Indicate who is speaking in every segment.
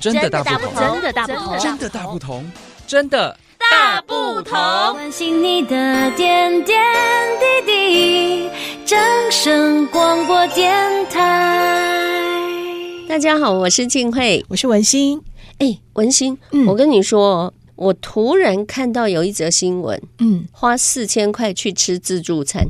Speaker 1: 真的大
Speaker 2: 大
Speaker 1: 不
Speaker 2: 不
Speaker 1: 同，
Speaker 2: 真的大不同，
Speaker 1: 真的大不同，真的
Speaker 2: 大不同。
Speaker 3: 关心你的点点滴滴，掌声广播电台。
Speaker 4: 大家好，我是静慧。
Speaker 5: 我是文心，
Speaker 4: 哎，文心，
Speaker 5: 嗯
Speaker 4: 我跟你说哦，我突然看到有一则新闻，
Speaker 5: 嗯，
Speaker 4: 花四千块去吃自助餐。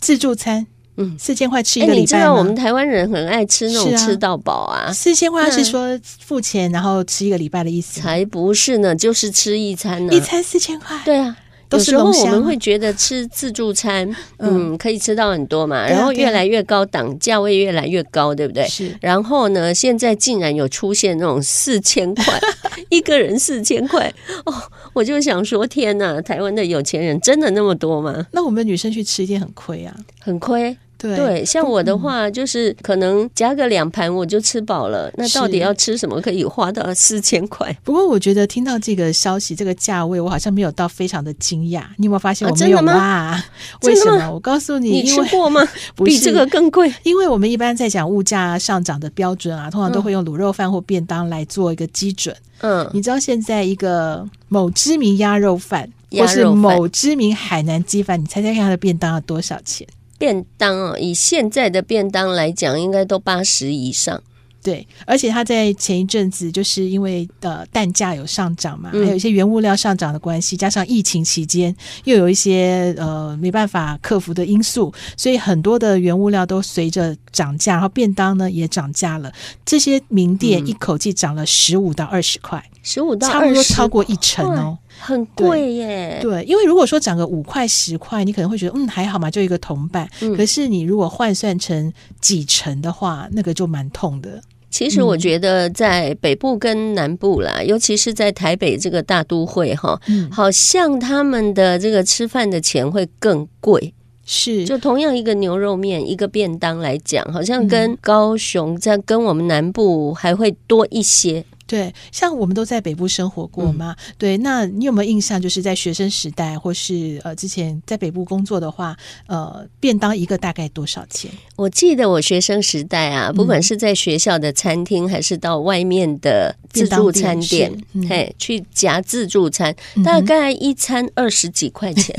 Speaker 5: 自助餐，
Speaker 4: 嗯
Speaker 5: 四千块吃一
Speaker 4: 哎，
Speaker 5: 个
Speaker 4: 你
Speaker 5: 礼
Speaker 4: 知
Speaker 5: 拜
Speaker 4: 道我
Speaker 5: 吗
Speaker 4: 们？台湾人很爱吃那
Speaker 5: 是
Speaker 4: 种
Speaker 5: 啊
Speaker 4: 吃到饱啊，
Speaker 5: 四千块是
Speaker 4: 嗯
Speaker 5: 说付钱然后吃一个礼拜的意思，
Speaker 4: 才不是呢，就是吃一餐呢、
Speaker 5: 一餐四千块，
Speaker 4: 对啊。
Speaker 5: 都
Speaker 4: 有
Speaker 5: 是
Speaker 4: 时候
Speaker 5: 龙
Speaker 4: 我
Speaker 5: 虾
Speaker 4: 们
Speaker 5: 吗
Speaker 4: 会觉得吃自助餐，
Speaker 5: 嗯
Speaker 4: 嗯，可以吃到很多嘛，
Speaker 5: 对啊
Speaker 4: 然后
Speaker 5: 对啊
Speaker 4: 越来越高档，价位越来越高，对不对？
Speaker 5: 是
Speaker 4: 然后呢，现在竟然有出现那种四千块 一个人四千块哦，我就想说，天哪，台湾的有钱人真的那么多吗？
Speaker 5: 那我们女生去吃一定很亏啊，
Speaker 4: 很亏。
Speaker 5: 对嗯
Speaker 4: 对，像我的话，就是可能加个两盘我就吃饱了。那到底
Speaker 5: 是
Speaker 4: 要吃什么可以花到四千块？
Speaker 5: 不过我觉得听到这个消息，这个价位，我好像没有到非常的惊讶。你有没有发现
Speaker 4: 啊
Speaker 5: 我
Speaker 4: 真
Speaker 5: 没
Speaker 4: 的
Speaker 5: 有
Speaker 4: 吗
Speaker 5: 哇？
Speaker 4: 真
Speaker 5: 为
Speaker 4: 的
Speaker 5: 什
Speaker 4: 吗
Speaker 5: 么？我告诉你，
Speaker 4: 你
Speaker 5: 因
Speaker 4: 吃
Speaker 5: 为
Speaker 4: 过吗？
Speaker 5: 不
Speaker 4: 比
Speaker 5: 是
Speaker 4: 这个更贵。
Speaker 5: 因为我们一般在讲物价上涨的标准啊，通常都会用卤肉饭或便当来做一个基准。
Speaker 4: 嗯，
Speaker 5: 你知道现在一个某知名鸭肉饭，
Speaker 4: 鸭
Speaker 5: 或是
Speaker 4: 肉饭
Speaker 5: 某知名海南鸡饭，你猜猜看它的便当要多少钱？
Speaker 4: 便当哦，以现在的便当来讲，应该都八十以上。
Speaker 5: 对，而且它在前一阵子就是因为呃蛋价有上涨嘛，还
Speaker 4: 嗯
Speaker 5: 有一些原物料上涨的关系，加上疫情期间又有一些呃没办法克服的因素，所以很多的原物料都随着涨价，然后便当呢也涨价了。这些名店一口气涨了十五到二十块，
Speaker 4: 十五嗯到
Speaker 5: 差不多
Speaker 4: 20
Speaker 5: 超过一成哦。
Speaker 4: 很贵耶。
Speaker 5: 对，因为如果说涨个五块十块，你可能会觉得嗯还好嘛，就一个铜板。
Speaker 4: 嗯
Speaker 5: 可是你如果换算成几成的话，那个就蛮痛的。
Speaker 4: 其实
Speaker 5: 嗯
Speaker 4: 我觉得在北部跟南部啦，尤其是在台北这个大都会哈，
Speaker 5: 嗯，
Speaker 4: 好像他们的这个吃饭的钱会更贵。
Speaker 5: 是
Speaker 4: 就同样一个牛肉面、一个便当来讲，好像跟高雄在跟我们南部还会多一些。
Speaker 5: 对，像我们都在北部生活过嘛，
Speaker 4: 嗯
Speaker 5: 对，那你有没有印象？就是在学生时代，或是呃之前在北部工作的话，呃，便当一个大概多少钱？
Speaker 4: 我记得我学生时代啊，
Speaker 5: 嗯
Speaker 4: 不管是在学校的餐厅，还是到外面的自助餐店
Speaker 5: 便，当店是嗯
Speaker 4: 嘿，去夹自助餐，
Speaker 5: 嗯哼
Speaker 4: 大概一餐二十几块钱，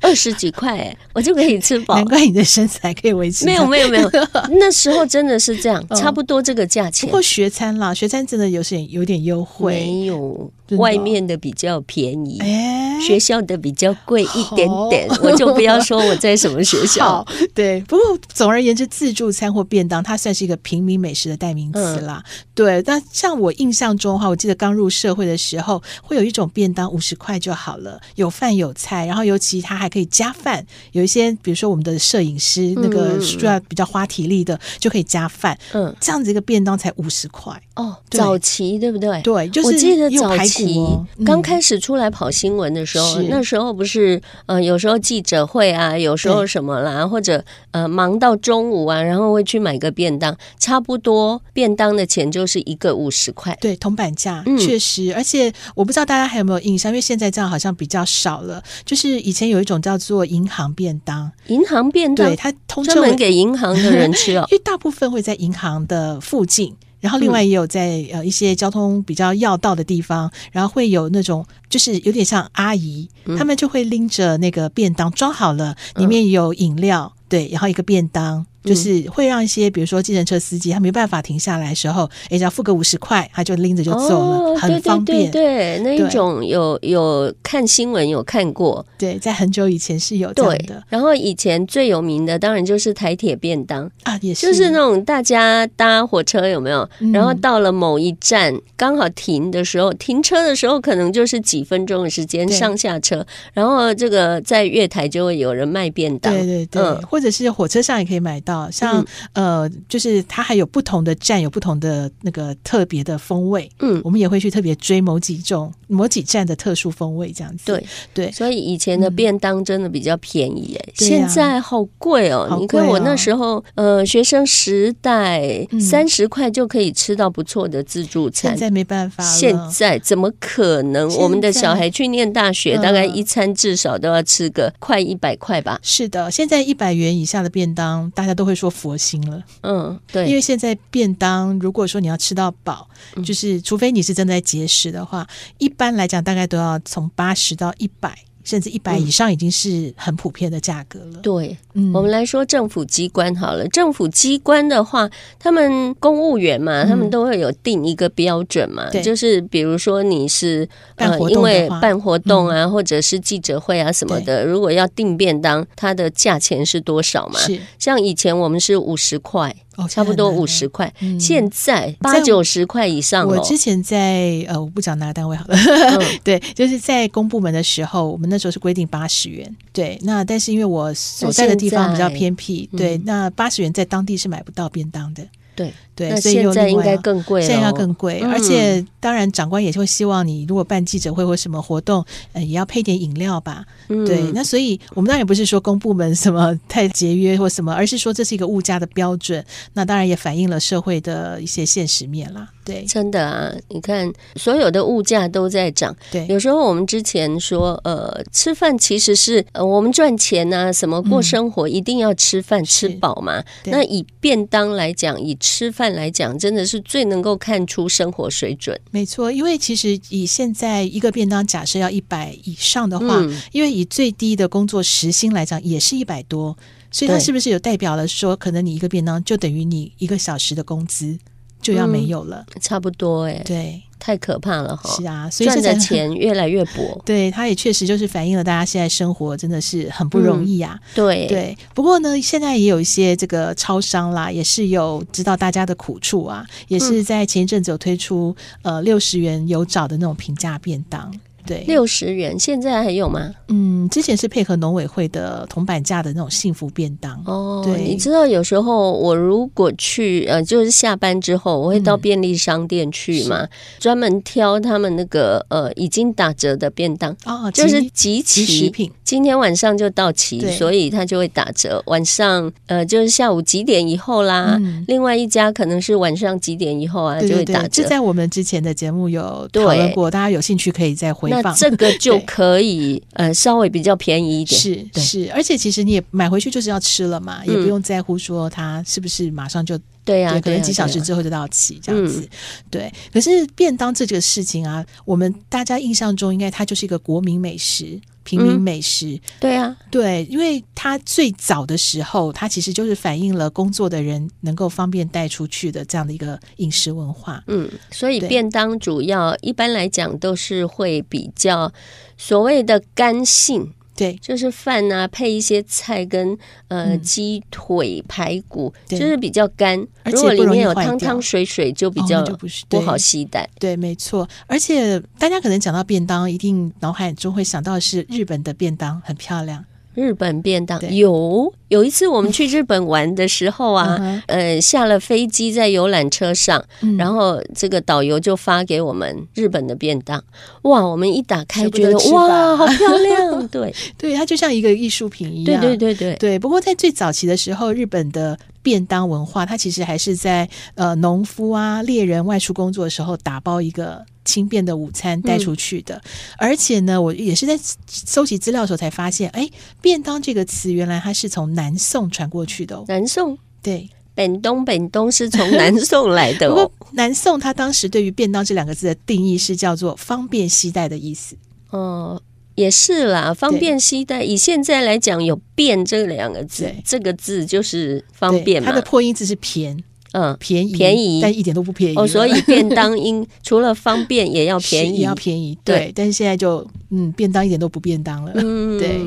Speaker 4: 二十几块、哎，我就可以吃饱
Speaker 5: 难。怪你的身材可以维持。
Speaker 4: 没有。没有没有， 那时候真的是这样，
Speaker 5: 嗯
Speaker 4: 差不多这个价
Speaker 5: 不
Speaker 4: 钱。
Speaker 5: 过学餐啦，学餐真的有点有点优惠，
Speaker 4: 没有，
Speaker 5: 真的
Speaker 4: 外面的比较便宜。
Speaker 5: 哎，
Speaker 4: 学校的比较贵一点点
Speaker 5: 好，
Speaker 4: 我就不要说我在什么学校
Speaker 5: 好。对。不过总而言之，自助餐或便当，它算是一个平民美食的代名词啦。
Speaker 4: 嗯
Speaker 5: 对，但像我印象中的话，我记得刚入社会的时候，会有一种便当五十块就好了，有饭有菜，然后尤其它还可以加饭。有一些比如说我们的摄影师，那个需要比较花体力的，就可以加饭。
Speaker 4: 嗯，
Speaker 5: 这样子一个便当才五十块，
Speaker 4: 哦，
Speaker 5: 对
Speaker 4: 早期对不对？
Speaker 5: 对，就是
Speaker 4: 我记得
Speaker 5: 也有
Speaker 4: 早
Speaker 5: 排
Speaker 4: 期
Speaker 5: 骨哦、嗯
Speaker 4: 刚开始出来跑新闻的时候，
Speaker 5: 是
Speaker 4: 那时候不是呃，有时候记者会啊，有时候
Speaker 5: 对
Speaker 4: 什么啦，或者呃忙到中午啊，然后会去买个便当，差不多便当的钱就是一个五十块。
Speaker 5: 对，铜板价、
Speaker 4: 嗯
Speaker 5: 确实，而且我不知道大家还有没有印象，因为现在这样好像比较少了。就是以前有一种叫做银行便当，
Speaker 4: 银行便当
Speaker 5: 对，它通
Speaker 4: 专
Speaker 5: 称为。
Speaker 4: 门，给银行的人吃哦
Speaker 5: 因为大部分会在银行的附近。然后，另外也有在、呃一些交通比较要道的地方，然后会有那种就是有点像阿姨，
Speaker 4: 嗯
Speaker 5: 他们就会拎着那个便当装好了，里面有饮料，对，然后一个便当，
Speaker 4: 嗯
Speaker 5: 就是会让一些比如说计程车司机他没办法停下来的时候，哎，只要付个五十块，他就拎 着就走了，
Speaker 4: 哦，对
Speaker 5: 很
Speaker 4: 对
Speaker 5: 方
Speaker 4: 对
Speaker 5: 便。
Speaker 4: 对，那一
Speaker 5: 对
Speaker 4: 种有有看新闻有看过，
Speaker 5: 对在很久以前是有这样
Speaker 4: 对
Speaker 5: 的。
Speaker 4: 然后以前最有名的当然就是台铁便当，
Speaker 5: 啊，也是
Speaker 4: 就是那种大家搭火车有没有？
Speaker 5: 嗯
Speaker 4: 然后到了某一站，刚好停的时候，停车的时候可能就是几分钟的时间
Speaker 5: 对
Speaker 4: 上下车，然后这个在月台就会有人卖便当。
Speaker 5: 对对对，
Speaker 4: 嗯
Speaker 5: 或者是火车上也可以买到，像、呃，就是它还有不同的站有不同的那个特别的风味，
Speaker 4: 嗯，
Speaker 5: 我们也会去特别追某几种某几站的特殊风味这样子。
Speaker 4: 对
Speaker 5: 对，
Speaker 4: 所以以前的便当真的比较便宜、哎、
Speaker 5: 嗯对
Speaker 4: 现
Speaker 5: 呀
Speaker 4: 在好贵哦、
Speaker 5: 好
Speaker 4: 你看
Speaker 5: 贵
Speaker 4: 我
Speaker 5: 哦
Speaker 4: 那时候，呃，学生时代
Speaker 5: 嗯
Speaker 4: 三十块就可以吃到不错的自助餐
Speaker 5: 现。在没办法了。
Speaker 4: 现在怎么可能？
Speaker 5: 现在
Speaker 4: 我们的小孩去念大学，
Speaker 5: 嗯
Speaker 4: 大概一餐至少都要吃个快一百块吧。
Speaker 5: 是的，现在一百元以下的便当大家都会说佛心了，
Speaker 4: 嗯，对，
Speaker 5: 因为现在便当如果说你要吃到饱，
Speaker 4: 嗯
Speaker 5: 就是除非你是真的在节食的话，一般来讲大概都要从八十到一百，甚至一百
Speaker 4: 嗯
Speaker 5: 以上已经是很普遍的价格了。
Speaker 4: 对，
Speaker 5: 嗯
Speaker 4: 我们来说政府机关好了，政府机关的话，他们公务员嘛，
Speaker 5: 嗯
Speaker 4: 他们都会有定一个标准嘛，
Speaker 5: 对
Speaker 4: 就是比如说你是呃
Speaker 5: 办活动的
Speaker 4: 因为
Speaker 5: 话嗯
Speaker 4: 办活动啊，或者是记者会啊什么的，如果要订便当，它的价钱是多少嘛？
Speaker 5: 是
Speaker 4: 像以前我们是五十块，
Speaker 5: 哦，
Speaker 4: 差不多五十
Speaker 5: 块。
Speaker 4: 块，
Speaker 5: 嗯
Speaker 4: 现在八
Speaker 5: 在
Speaker 4: 九十块以上
Speaker 5: 我
Speaker 4: 哦。
Speaker 5: 之前在呃，我不讲哪个单位好了，
Speaker 4: 嗯
Speaker 5: 对，就是在公部门的时候，我们那时候是规定八十元，对。那但是因为我所在的地方比较偏僻，
Speaker 4: 那现在
Speaker 5: 对，
Speaker 4: 嗯
Speaker 5: 那八十元在当地是买不到便当的，
Speaker 4: 对
Speaker 5: 对，
Speaker 4: 那
Speaker 5: 所以
Speaker 4: 现
Speaker 5: 又
Speaker 4: 在
Speaker 5: 另
Speaker 4: 应
Speaker 5: 外
Speaker 4: 该
Speaker 5: 要
Speaker 4: 更贵了，
Speaker 5: 现在要更贵，
Speaker 4: 嗯
Speaker 5: 而且当然长官也会希望你如果办记者会或什么活动，呃，也要配点饮料吧，
Speaker 4: 嗯
Speaker 5: 对，那所以我们当然也不是说公部门什么 太节约或什么，而是说这是一个物价的标准，那当然也反映了社会的一些现实面啦，对
Speaker 4: 真的啊，你看所有的物价都在涨。
Speaker 5: 对，
Speaker 4: 有时候我们之前说，呃，吃饭其实是呃我们赚钱呐、什么过生活一定要吃饭、吃
Speaker 5: 是
Speaker 4: 饱嘛。
Speaker 5: 对
Speaker 4: 那以便当来讲，以吃饭来讲，真的是最能够看出生活水准。
Speaker 5: 没错，因为其实以现在一个便当假设要一百以上的话，
Speaker 4: 嗯
Speaker 5: 因为以最低的工作时薪来讲也是一百多，所以它
Speaker 4: 对
Speaker 5: 是不是有代表了说，可能你一个便当就等于你一个小时的工资就要
Speaker 4: 嗯
Speaker 5: 没有了？
Speaker 4: 差不多哎、
Speaker 5: 对，
Speaker 4: 太可怕了哈
Speaker 5: 是。啊，所以
Speaker 4: 赚
Speaker 5: 这
Speaker 4: 的
Speaker 5: 才。
Speaker 4: 钱越来越薄，
Speaker 5: 对，它也确实就是反映了大家现在生活真的是很不
Speaker 4: 嗯
Speaker 5: 容易啊。
Speaker 4: 对，
Speaker 5: 对，不过呢，现在也有一些这个超商啦，也是有知道大家的苦处啊，也
Speaker 4: 嗯
Speaker 5: 是在前一阵子有推出、呃六十元有找的那种平价便当。对，
Speaker 4: 六十元现在还有吗？
Speaker 5: 嗯，之前是配合农委会的铜板价的那种幸福便当，
Speaker 4: 哦，
Speaker 5: 对
Speaker 4: 你知道有时候我如果去呃，就是下班之后，我会
Speaker 5: 嗯
Speaker 4: 到便利商店去嘛，专门挑他们那个呃已经打折的便当，
Speaker 5: 哦，
Speaker 4: 就是
Speaker 5: 即
Speaker 4: 集
Speaker 5: 即食
Speaker 4: 齐。
Speaker 5: 品，
Speaker 4: 今天晚上就到齐，
Speaker 5: 对
Speaker 4: 所以它就会打折。晚上呃，就是下午几点以后啦。
Speaker 5: 嗯
Speaker 4: 另外一家可能是晚上几点以后啊，
Speaker 5: 对
Speaker 4: 就
Speaker 5: 对
Speaker 4: 会打
Speaker 5: 对，这
Speaker 4: 折。
Speaker 5: 在我们之前的节目有讨论
Speaker 4: 对
Speaker 5: 过，大家有兴趣可以再回
Speaker 4: 那
Speaker 5: 放。
Speaker 4: 这个就
Speaker 5: 对
Speaker 4: 可以呃稍微比较便宜一点。
Speaker 5: 是
Speaker 4: 对
Speaker 5: 是，而且其实你也买回去就是要吃了嘛，也不
Speaker 4: 嗯
Speaker 5: 用在乎说它是不是马上就
Speaker 4: 对呀、
Speaker 5: 对，可能
Speaker 4: 对啊
Speaker 5: 几小时
Speaker 4: 对啊嗯
Speaker 5: 之后就到期这样子。对，可是便当这个事情啊，我们大家印象中应该它就是一个国民美食、平民
Speaker 4: 嗯
Speaker 5: 美食。
Speaker 4: 对啊，
Speaker 5: 对，因为它最早的时候，它其实就是反映了工作的人能够方便带出去的这样的一个饮食文化。
Speaker 4: 嗯，所以
Speaker 5: 对
Speaker 4: 便当主要一般来讲都是会比较所谓的干性，
Speaker 5: 对，
Speaker 4: 就是饭啊配一些菜跟呃、
Speaker 5: 嗯
Speaker 4: 鸡腿排骨，就
Speaker 5: 对
Speaker 4: 是比较干。
Speaker 5: 而且
Speaker 4: 如果里
Speaker 5: 不容易
Speaker 4: 面有
Speaker 5: 坏
Speaker 4: 汤
Speaker 5: 掉
Speaker 4: 汤水水，就比较
Speaker 5: 哦、那就不是
Speaker 4: 不好
Speaker 5: 对
Speaker 4: 携带。
Speaker 5: 对，没错。而且大家可能讲到便当，一定脑海中会想到的是日本的便当很漂亮
Speaker 4: 日本便当
Speaker 5: 对
Speaker 4: 有有一次我们去日本玩的时候啊，
Speaker 5: 嗯哼
Speaker 4: 呃，下了飞机在游览车上，
Speaker 5: 嗯
Speaker 4: 然后这个导游就发给我们日本的便当，哇，我们一打开
Speaker 5: 舍不
Speaker 4: 觉
Speaker 5: 得
Speaker 4: 得
Speaker 5: 吃吧
Speaker 4: 哇，好漂亮， 对
Speaker 5: 对，它就像一个艺术品一
Speaker 4: 对
Speaker 5: 样。
Speaker 4: 对对对，
Speaker 5: 对，不过在最早期的时候，日本的便当文化，它其实还是在呃农夫啊、猎人外出工作的时候打包一个轻便的午餐带出去的。
Speaker 4: 嗯
Speaker 5: 而且呢，我也是在搜集资料的时候才发现，哎，便当这个词原来它是从南宋传过去的、哦。
Speaker 4: 南宋
Speaker 5: 对，
Speaker 4: 本东本东是从南宋来的
Speaker 5: 不
Speaker 4: 哦
Speaker 5: 过。南宋它当时对于便当这两个字的定义是叫做方便携带的意思。
Speaker 4: 哦，也是啦，方便携带。以现在来讲，有“便”这两个字
Speaker 5: 对，
Speaker 4: 这个字就是方便
Speaker 5: 对
Speaker 4: 嘛
Speaker 5: 它的。破音字是便
Speaker 4: 嗯，
Speaker 5: 便宜
Speaker 4: 便宜
Speaker 5: 但一点都不便宜了。
Speaker 4: 哦，所以便当应除了方便，也要便
Speaker 5: 是
Speaker 4: 宜
Speaker 5: 也要。便宜，
Speaker 4: 对
Speaker 5: 对。但是现在就嗯，便当一点都不便当了。
Speaker 4: 嗯，
Speaker 5: 对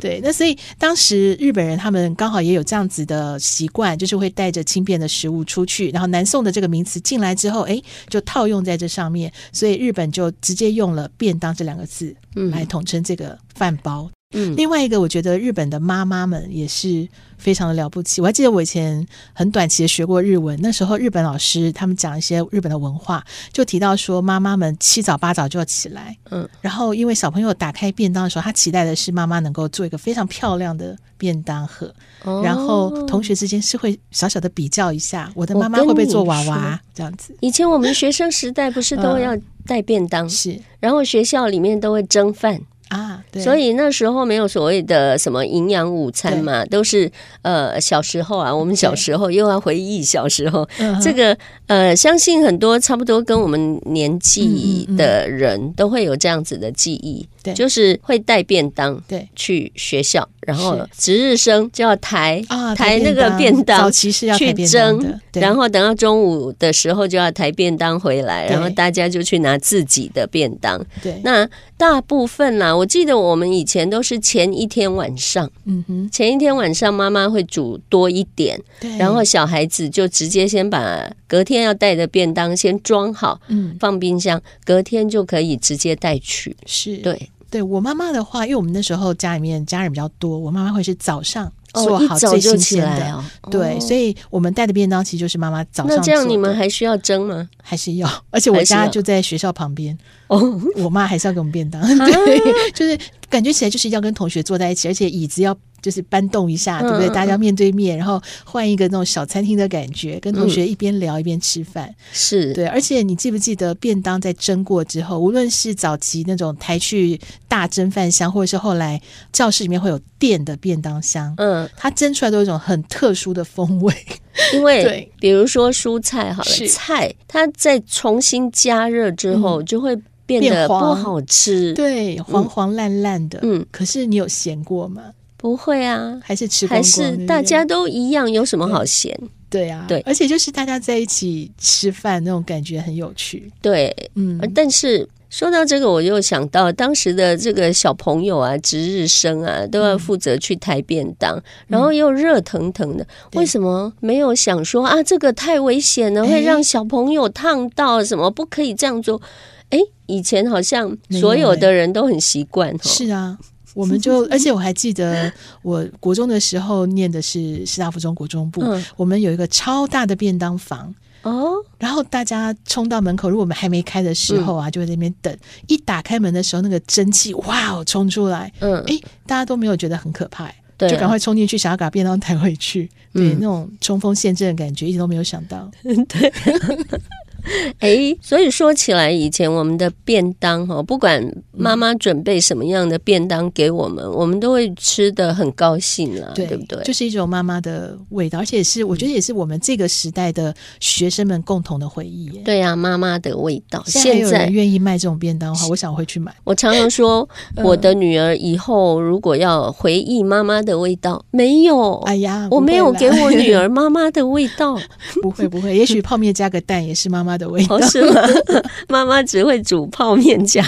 Speaker 5: 对，那所以当时日本人他们刚好也有这样子的习惯，就是会带着轻便的食物出去，然后南宋的这个名词进来之后，哎，就套用在这上面，所以日本就直接用了“便当”这两个字来
Speaker 4: 嗯
Speaker 5: 统称这个饭包。
Speaker 4: 嗯，
Speaker 5: 另外一个，我觉得日本的妈妈们也是非常的了不起。我还记得我以前很短期的学过日文，那时候日本老师他们讲一些日本的文化，就提到说妈妈们七早八早就要起来，
Speaker 4: 嗯，
Speaker 5: 然后因为小朋友打开便当的时候，他期待的是妈妈能够做一个非常漂亮的便当盒，
Speaker 4: 哦
Speaker 5: 然后同学之间是会小小的比较一下，我的妈妈
Speaker 4: 我
Speaker 5: 会
Speaker 4: 跟
Speaker 5: 不会做
Speaker 4: 你
Speaker 5: 娃
Speaker 4: 说
Speaker 5: 娃这样子。
Speaker 4: 以
Speaker 5: 嗯
Speaker 4: 前我们学生时代不是都要带便当，
Speaker 5: 是
Speaker 4: 然后学校里面都会蒸饭，
Speaker 5: 啊，对，
Speaker 4: 所以那时候没有所谓的什么营养午餐嘛，都是呃小时候啊，我们小时候又要回忆小时候。
Speaker 5: 嗯
Speaker 4: 这个呃，相信很多差不多跟我们年纪
Speaker 5: 嗯
Speaker 4: 的人都会有这样子的记忆，
Speaker 5: 对
Speaker 4: 就是会带便当
Speaker 5: 对
Speaker 4: 去学校，然后
Speaker 5: 是
Speaker 4: 值日生就要抬
Speaker 5: 啊，
Speaker 4: 抬那个便
Speaker 5: 早
Speaker 4: 当。
Speaker 5: 期是要
Speaker 4: 去
Speaker 5: 抬便当的
Speaker 4: 蒸，
Speaker 5: 对
Speaker 4: 然后等到中午的时候就要抬便当回来，然后
Speaker 5: 对
Speaker 4: 大家就去拿自己的便当。
Speaker 5: 对，
Speaker 4: 那大部分啦，我记得我们以前都是前一天晚上，
Speaker 5: 嗯哼，哎
Speaker 4: 前一天晚上妈妈会煮多一点，
Speaker 5: 对，
Speaker 4: 然后小孩子就直接先把隔天要带的便当先装好，
Speaker 5: 嗯
Speaker 4: 放冰箱，隔天就可以直接带去。
Speaker 5: 是
Speaker 4: 对，
Speaker 5: 对我妈妈的话，因为我们那时候家里面家人比较多，我妈妈会是早上做
Speaker 4: 哦，一
Speaker 5: 好
Speaker 4: 早
Speaker 5: 最
Speaker 4: 就
Speaker 5: 新
Speaker 4: 起
Speaker 5: 鲜
Speaker 4: 来
Speaker 5: 的。
Speaker 4: 哦。
Speaker 5: 对，
Speaker 4: 哦
Speaker 5: 所以我们带的便当其实就是妈妈早上
Speaker 4: 那这样
Speaker 5: 做
Speaker 4: 你们
Speaker 5: 的
Speaker 4: 还需要蒸 吗？
Speaker 5: 还是要，而且我
Speaker 4: 还是
Speaker 5: 家
Speaker 4: 要
Speaker 5: 就在学校旁边，
Speaker 4: 哦，
Speaker 5: 我妈还是要给我们便当，
Speaker 4: 啊
Speaker 5: 对，就是感觉起来就是要跟同学坐在一起，而且椅子要就是搬动一下，对不对？
Speaker 4: 嗯嗯
Speaker 5: 大家要面对面，然后换一个那种小餐厅的感觉，跟同
Speaker 4: 嗯
Speaker 5: 学一边聊一边吃饭，
Speaker 4: 是，
Speaker 5: 对。而且你记不记得便当在蒸过之后，无论是早期那种抬去大蒸饭箱，或者是后来教室里面会有电的便当箱，
Speaker 4: 嗯，
Speaker 5: 它蒸出来都有一种很特殊的风味，
Speaker 4: 因
Speaker 5: 对
Speaker 4: 为比如说蔬菜好
Speaker 5: 是
Speaker 4: 了，菜它在重新加热之后就会变
Speaker 5: 变
Speaker 4: 得
Speaker 5: 黄
Speaker 4: 不好吃。
Speaker 5: 对，黄黄烂烂的，
Speaker 4: 嗯，
Speaker 5: 可是你有咸过吗？
Speaker 4: 不会啊，
Speaker 5: 还是吃光
Speaker 4: 还
Speaker 5: 光？
Speaker 4: 是
Speaker 5: 对不
Speaker 4: 大
Speaker 5: 对
Speaker 4: 家都一样，有什么好嫌？
Speaker 5: 对啊，
Speaker 4: 对
Speaker 5: 而且就是大家在一起吃饭那种感觉很有趣，
Speaker 4: 对，
Speaker 5: 嗯
Speaker 4: 呃，但是说到这个，我又想到当时的这个小朋友啊，值日生啊，都
Speaker 5: 嗯
Speaker 4: 要负责去抬便当，然后又热腾腾的，
Speaker 5: 对
Speaker 4: 为什么没有想说啊，这个太危险了，
Speaker 5: 哎
Speaker 4: 会让小朋友烫到，什么不可以这样做？哎，以前好像所有的人都很习惯哦，
Speaker 5: 是啊。我们 就，而且我还记得，我国中的时候念的是师大附中国中部，
Speaker 4: 嗯
Speaker 5: 我们有一个超大的便当房，
Speaker 4: 哦，
Speaker 5: 然后大家冲到门口，如果我们还没开的时
Speaker 4: 嗯
Speaker 5: 候啊，就会在那边等。一打开门的时候，那个蒸汽哇哦冲出来，
Speaker 4: 嗯，
Speaker 5: 哎，大家都没有觉得很可怕，诶
Speaker 4: 对啊，
Speaker 5: 就赶快冲进去，想要把便当抬回去，对，
Speaker 4: 嗯
Speaker 5: 那种冲锋陷阵的感觉，一直都没有想到。
Speaker 4: 哎，所以说起来，以前我们的便当哈，不管妈妈准备什么样的便当给我们，我们都会吃的很高兴啦，嗯对不对？嗯
Speaker 5: 就是一种妈妈的味道，而且是我觉得也是我们这个时代的学生们共同的回忆耶。
Speaker 4: 对呀、妈妈的味道。
Speaker 5: 现在还
Speaker 4: 现
Speaker 5: 有人
Speaker 4: 在
Speaker 5: 愿意卖这种便当的话，我想我会去买。
Speaker 4: 我常常说，
Speaker 5: 嗯
Speaker 4: 我的女儿以后如果要回忆妈妈的味道，没有，
Speaker 5: 哎呀，
Speaker 4: 我没有
Speaker 5: 不会
Speaker 4: 给
Speaker 5: 啦
Speaker 4: 我女 儿妈妈的味道，
Speaker 5: 不会不会，也许泡面加个蛋也是妈妈的味道
Speaker 4: 哦，。是吗？ 妈妈只会煮泡面加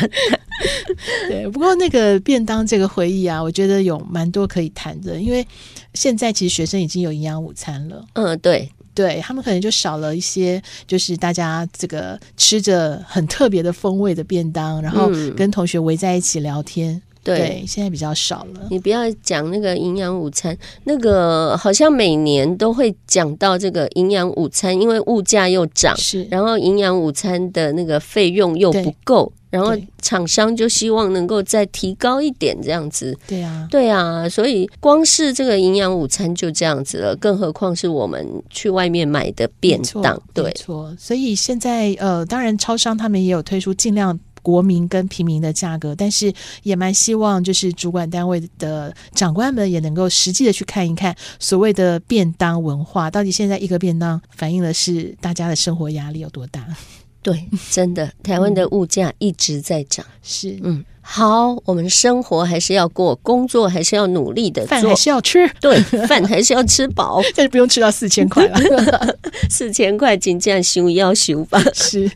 Speaker 5: 对，不过那个便当这个回忆啊，我觉得有蛮多可以谈的，因为现在其实学生已经有营养午餐了。
Speaker 4: 嗯，对，
Speaker 5: 对他们可能就少了一些，就是大家这个吃着很特别的风味的便当，然后
Speaker 4: 嗯
Speaker 5: 跟同学围在一起聊天。
Speaker 4: 对。
Speaker 5: 对，现在比较少了。
Speaker 4: 你不要讲那个营养午餐，那个好像每年都会讲到这个营养午餐，因为物价又涨，
Speaker 5: 是，
Speaker 4: 然后营养午餐的那个费用又不够，然后
Speaker 5: 对
Speaker 4: 厂商就希望能够再提高一点这样子。
Speaker 5: 对啊，
Speaker 4: 对啊，所以光是这个营养午餐就这样子了，更何况是我们去外面买的便
Speaker 5: 没错
Speaker 4: 当。
Speaker 5: 没
Speaker 4: 对，
Speaker 5: 错。所以现在呃，当然超商他们也有推出尽量。国民跟平民的价格，但是也蛮希望就是主管单位的呃长官们也能够实际的去看一看所谓的便当文化，到底现在一个便当反映的是大家的生活压力有多大？
Speaker 4: 嗯对，真 的，台湾的物价一直在涨。
Speaker 5: 是，
Speaker 4: 嗯，好，我们生活还是要过，工作还是要努力的
Speaker 5: 饭
Speaker 4: 做
Speaker 5: 还。是要吃，
Speaker 4: 对，饭还是要吃 饱，
Speaker 5: 但是不用吃到四千块了。
Speaker 4: 四千块金价修要修吧。
Speaker 5: 是，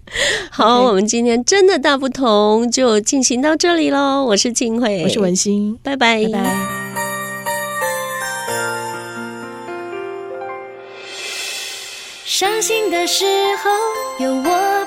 Speaker 4: 好
Speaker 5: OK
Speaker 4: 我们今天真的大不同就进行到这里喽。我是静慧，
Speaker 5: 我是文心，
Speaker 4: 拜拜，
Speaker 5: 拜拜。
Speaker 3: 伤心的时候有我